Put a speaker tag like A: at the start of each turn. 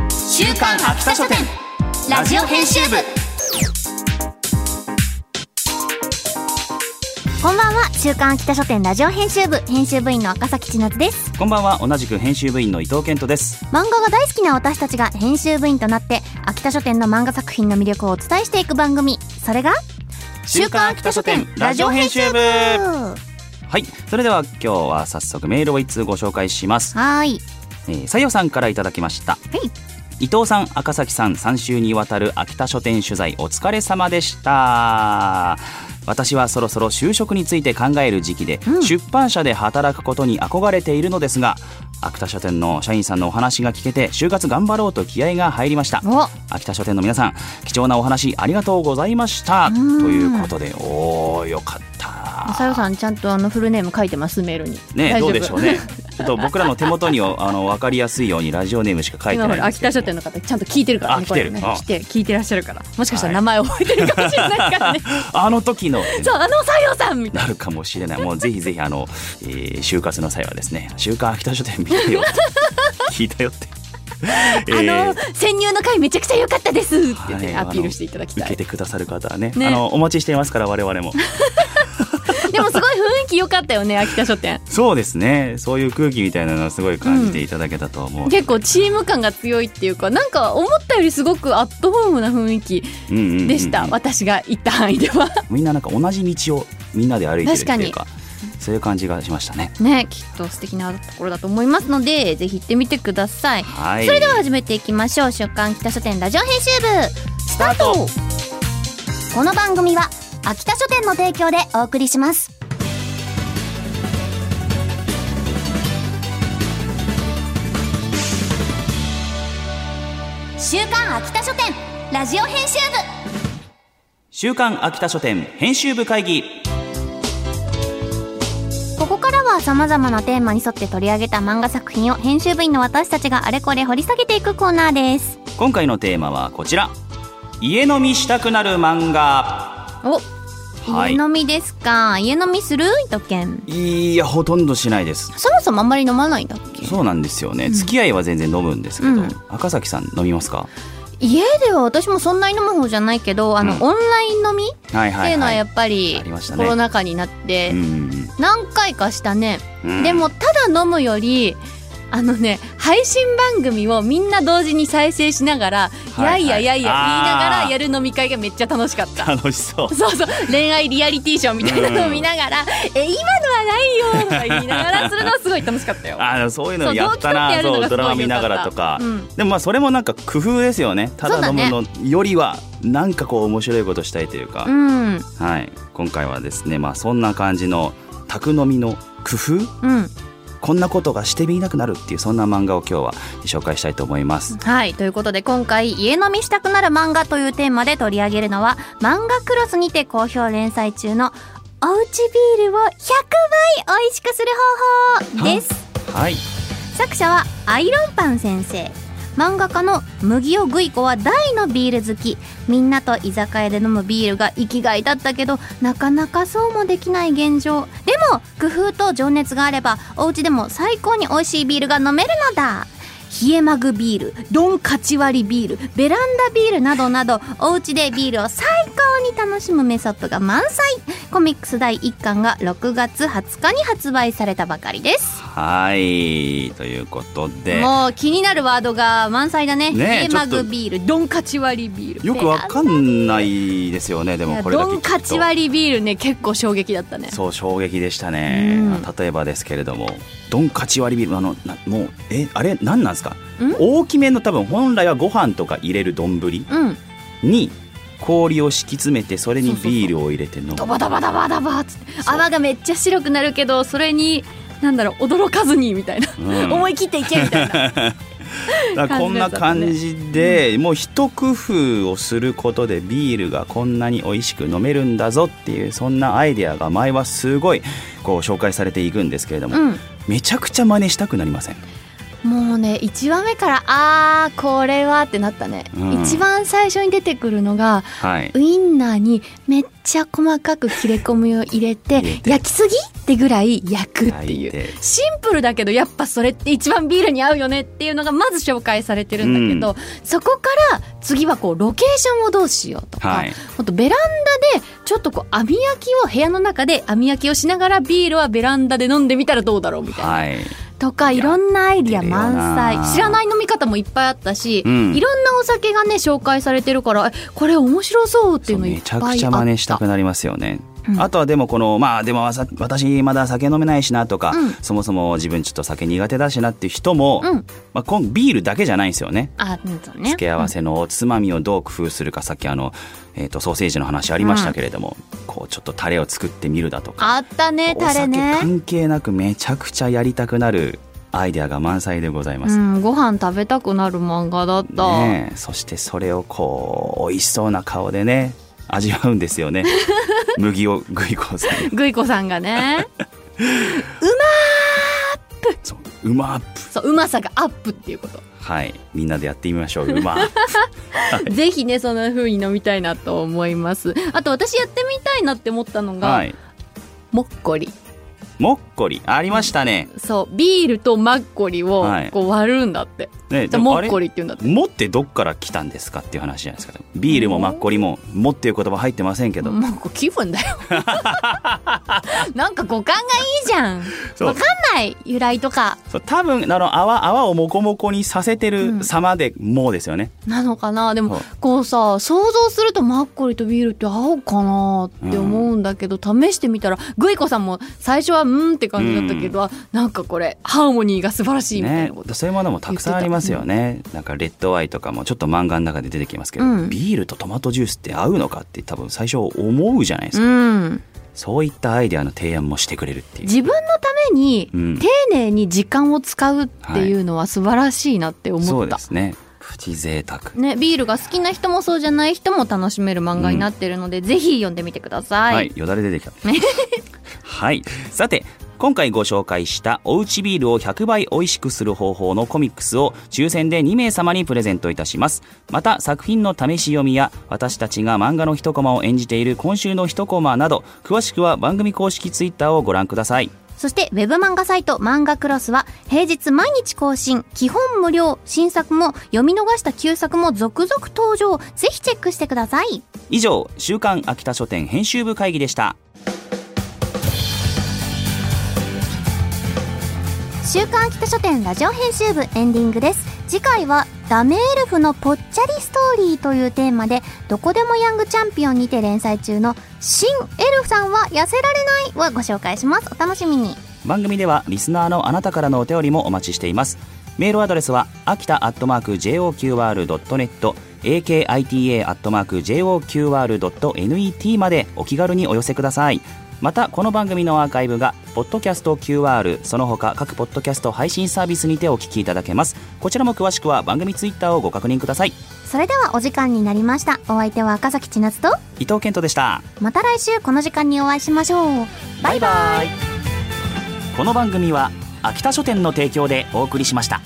A: 刊秋田書店ラジオ編集部
B: こんばんは週刊秋田書店ラジオ編集部編集部員の赤崎千夏です
C: こんばんは同じく編集部員の伊藤健人です
B: 漫画が大好きな私たちが編集部員となって秋田書店の漫画作品の魅力をお伝えしていく番組それが
C: 週刊秋田書店ラジオ編集部
B: は
C: はいそれでは今日は早速メールを一通ご紹介します
B: ーい
C: えーさよ、さんからいただきました
B: はい
C: 伊藤さん赤崎さん3週にわたる秋田書店取材お疲れ様でした私はそろそろ就職について考える時期で、
B: うん
C: 出版社で働くことに憧れているのですが秋田書店の社員さんのお話が聞けて就活頑張ろうと気合が入りました
B: お
C: 秋田書店の皆さん貴重なお話ありがとうございましたと
B: うん
C: いうことでおーよかった
D: さよさんちゃんとあのフルネーム書いてますメールに。
C: ね
D: 大丈
C: ど
D: 夫
C: うでしょ うねちょっと僕らの手元にはあの分かりやすいようにラジオネームしか書いて
D: 今
C: な
D: ほ
C: い
D: ら秋田書店の方ちゃんと聞いてるからね
C: あ来てる
D: これね
C: あ
D: 来て聞いてらっしゃるからもしかしたら名前覚えてるかもしれないから ね、
C: あの時の
D: そうあのさよさんみたい
C: なるかもしれないもうぜひぜひあの、えー就活の際はですね「週刊秋田書店見たよ」って聞いたよって、
D: な、 あ
C: え
D: の
C: ー
D: 潜入の回めちゃくちゃ良かったですって言ってね、
C: はい
D: アピールしていただき
C: 受
D: た
C: け
D: い
C: てくださる方はね
D: ね
C: あのお待ちしていますから我々も
D: でもすごい雰囲気良かったよね秋田書店
C: そうですねそういう空気みたいなのはすごい感じていただけたと思う、
D: 結構チーム感が強いっていうかなんか思ったよりすごくアットホームな雰囲気
C: うんうんうんうん
D: でした、私が行った範囲では
C: みんななんか同じ道をみんなで歩いてるっていうかそういう感じがしましたね
B: ねきっと素敵なところだと思いますのでぜひ行ってみてください
C: はい
B: それでは始めていきましょう週刊秋田書店ラジオ編集部スタートこの番組は秋田書店の提供でお送りします週刊秋田書店ラジオ編集
C: 週刊秋田書店編集部会議
B: 部ここからは様々なテーマに沿って取り上げた漫画作品を編集部員の私たちがあれこれ掘り下げていくコーナーです
C: 今回のテーマはこちら家飲みしたくなる漫画
B: お
C: はい
B: 家飲みですか、家飲みする伊藤健
C: いやほとんどしないです
B: そもそもあんまり飲まないんだっけ
C: そうなんですよね、付き合いは全然飲むんですけど、
B: うん
C: 赤崎さん飲みますか
B: 家では私もそんなに飲む方じゃないけどあの、
C: うん
B: オンライン飲みっ
C: はい
B: て
C: はいいう
B: のは
C: は
B: や
C: い
B: っぱり
C: ありましたね
B: コロナ禍になって
C: うんうん
B: 何回かしたね、
C: うん
B: でもただ飲むよりあのね配信番組をみんな同時に再生しながら、
C: はい
D: いや
C: はい
D: いやいや
C: あー
D: 言いながらやる飲み会がめっちゃ楽しかった
C: 楽しそう
D: そうそう恋愛リアリティショーみたいなのを見ながら「え今のはないよ」とか言いながらするのはすごい楽しかったよ。
C: あーそういう
D: そ
C: の
D: う
C: やった
D: 同期とっ
C: な
D: てやるの
C: そ
D: が
C: うドラマ
D: すごい
C: 見
D: 良か
C: な
D: った
C: がらとか、
B: うん
C: でもまあそれもなんか工夫ですよねただ飲む
B: そ
C: のよりはなんかこう面白いことしたいというか、
B: うん
C: はい今回はですねまあそんな感じの宅飲みの工夫
B: うん
C: こんなことがしてみたくなるっていうそんな漫画を今日は紹介したいと思います。
B: はいということで今回家飲みしたくなる漫画というテーマで取り上げるのは漫画クロスにて好評連載中のおうちビールを100倍美味しくする方法です
C: はい、
B: 作者はアイロンパン先生漫画家の麦尾グイ子は大のビール好きみんなと居酒屋で飲むビールが生きがいだったけどなかなかそうもできない現状でも工夫と情熱があればお家でも最高に美味しいビールが飲めるのだ冷えマグビールドンカチ割りビールベランダビールなどなどお家でビールを最高に楽しむメソッドが満載コミックス第1巻が6月20日に発売されたばかりです
C: はいということで
B: もう気になるワードが満載だね。
C: ねえ
B: 冷えマ
C: ちょっ
B: グ
C: と
B: ビール、
D: ドンカチ割りビール
C: よくわかんないですよねで
D: い
C: も
D: や
C: これだけ
D: ド
C: 聞
D: ン
C: くと
D: カチ割りビールね結構衝撃だったね
C: そう衝撃でしたね、
D: うん
C: 例えばですけれどもドンカチ割りビールあのなもうえあれ何なんですか大きめの多分本来はご飯とか入れる丼
B: うん、
C: に氷を敷き詰めてそれにビールを入れて飲む
D: ドバドバドバドバっつって
C: そう
D: 泡がめっちゃ白くなるけどそれになんだろう驚かずにみたいな、
C: うん
D: 思い切っていけみたい な
C: だからこんな感じで、もう一工夫をすることでビールがこんなに美味しく飲めるんだぞっていうそんなアイデアが前はすごいこう紹介されていくんですけれども、めちゃくちゃ真似したくなりませ
D: う
C: ん
D: んもうね1話目からあーこれはってなったね、
C: うん
D: 一番最初に出てくるのが
C: はい
D: ウインナーにめっちゃ細かく切れ込みを入れて
C: 入れて
D: 焼きすぎっ
B: ってぐらい焼くってい
C: 焼いうて
B: シンプルだけどやっぱそれって一番ビールに合うよねっていうのがまず紹介されてるんだけど、そこから次はこうロケーションをどうしようとか、
C: はい
B: あとベランダでちょっとこう網焼きを部屋の中で網焼きをしながらビールはベランダで飲んでみたらどうだろうみたいな、
C: はい
B: とかいろんなアイディア満
C: やってるよな
B: 載知らない飲み方もいっぱいあったし、
C: うん
B: いろんなお酒がね紹介されてるからえこれ面白そうっていうのい
C: め
B: っ
C: ち
B: ぱい
C: ゃ
B: あった
C: くちゃ真似したくなりますよね。あとはでもこのまあでもわさ私まだ酒飲めないしなとか、
B: うん
C: そもそも自分ちょっと酒苦手だしなっていう人も、
B: うん
C: まあ、こんビールだけじゃないんですよね。
B: あうんそうね
C: 付け合わせのおつまみをどう工夫するかさっきあの、えー、とソーセージの話ありましたけれども、こうちょっとタレを作ってみるだとか、
E: あったね
C: お
E: タレ
C: 酒
E: ね
C: 関係なくめちゃくちゃやりたくなるアイデアが満載でございま
B: う
C: す。
B: ん、ご飯食べたくなる漫画だった、
C: ねえそしてそれをこう美味しそうな顔でね味わうんです よね麦をグイコさん
B: グイコさんが ね
C: そううまっ
B: そううまさがアップっていうこと、
C: はいみんなでやってみましょううま っ
B: ぜひねそんな風に飲みたいなと思いますあと私やってみたいなって思ったのが、
C: はい
B: もっこり
C: もっこりありましたね
B: そうビールとマッコリを
C: はい
B: こう割るんだって、
C: ね
B: じゃあもっこりって言うんだって
C: もってどっから来たんですかっていう話じゃないですかビールもマッコリも「も」っていう言葉入ってませんけど、
B: もうこう気分だ よなんか五感がいいじゃん
C: そう
B: わかんない由来とか
C: そう多分あの泡泡をモコモコにさせてる様で「も」ですよね、
B: なのかなでも
C: そう
B: こうさ想像するとマッコリとビールって合うかなって思うんだけど、試してみたらグイコさんも最初はうんって感じだったけど、あなんかこれハーモニーが素晴らしいみたい
C: ね
B: なこと、、
C: そういうものもたくさんありますよね、なんかレッドワインとかもちょっと漫画の中で出てきますけど、
B: うん
C: ビールとトマトジュースって合うのかって多分最初思うじゃないです
B: う
C: か、
B: ん、
C: そういったアイデアの提案もしてくれるっていう、
B: 自分のために
C: うん
B: 丁寧に時間を使うっていうのは素晴らしいなって思った、
C: そうですねプチ贅沢
B: ね、ビールが好きな人もそうじゃない人も楽しめる漫画になってるので、ぜひ読んでみてください。
C: はい、よだれ出てきた。はい、さて。今回ご紹介したおうちビールを100倍美味しくする方法のコミックスを抽選で2名様にプレゼントいたします。また作品の試し読みや私たちが漫画の一コマを演じている今週の一コマなど詳しくは番組公式ツイッターをご覧ください。
E: そしてウェブ漫画サイト漫画クロスは平日毎日更新基本無料新作も読み逃した旧作も続々登場ぜひチェックしてください
C: 以上、週刊秋田書店編集部会議でした。
E: 週刊秋田書店ラジオ編集部エンディングです次回はダメエルフのぽっちゃりストーリーというテーマでどこでもヤングチャンピオンにて連載中の新エルフさんは痩せられないをご紹介しますお楽しみに
C: 番組ではリスナーのあなたからのお手りもお待ちしていますメールアドレスは秋田アットマーク JOQR.net akita アットマーク JOQR.net までお気軽にお寄せくださいまたこの番組のアーカイブがポッドキャスト QR その他各ポッドキャスト配信サービスにてお聞きいただけますこちらも詳しくは番組ツイッターをご確認ください
E: それではお時間になりましたお相手は赤崎千夏と
C: 伊藤健人でした
E: また来週この時間にお会いしましょうバイバイ
C: この番組は秋田書店の提供でお送りしました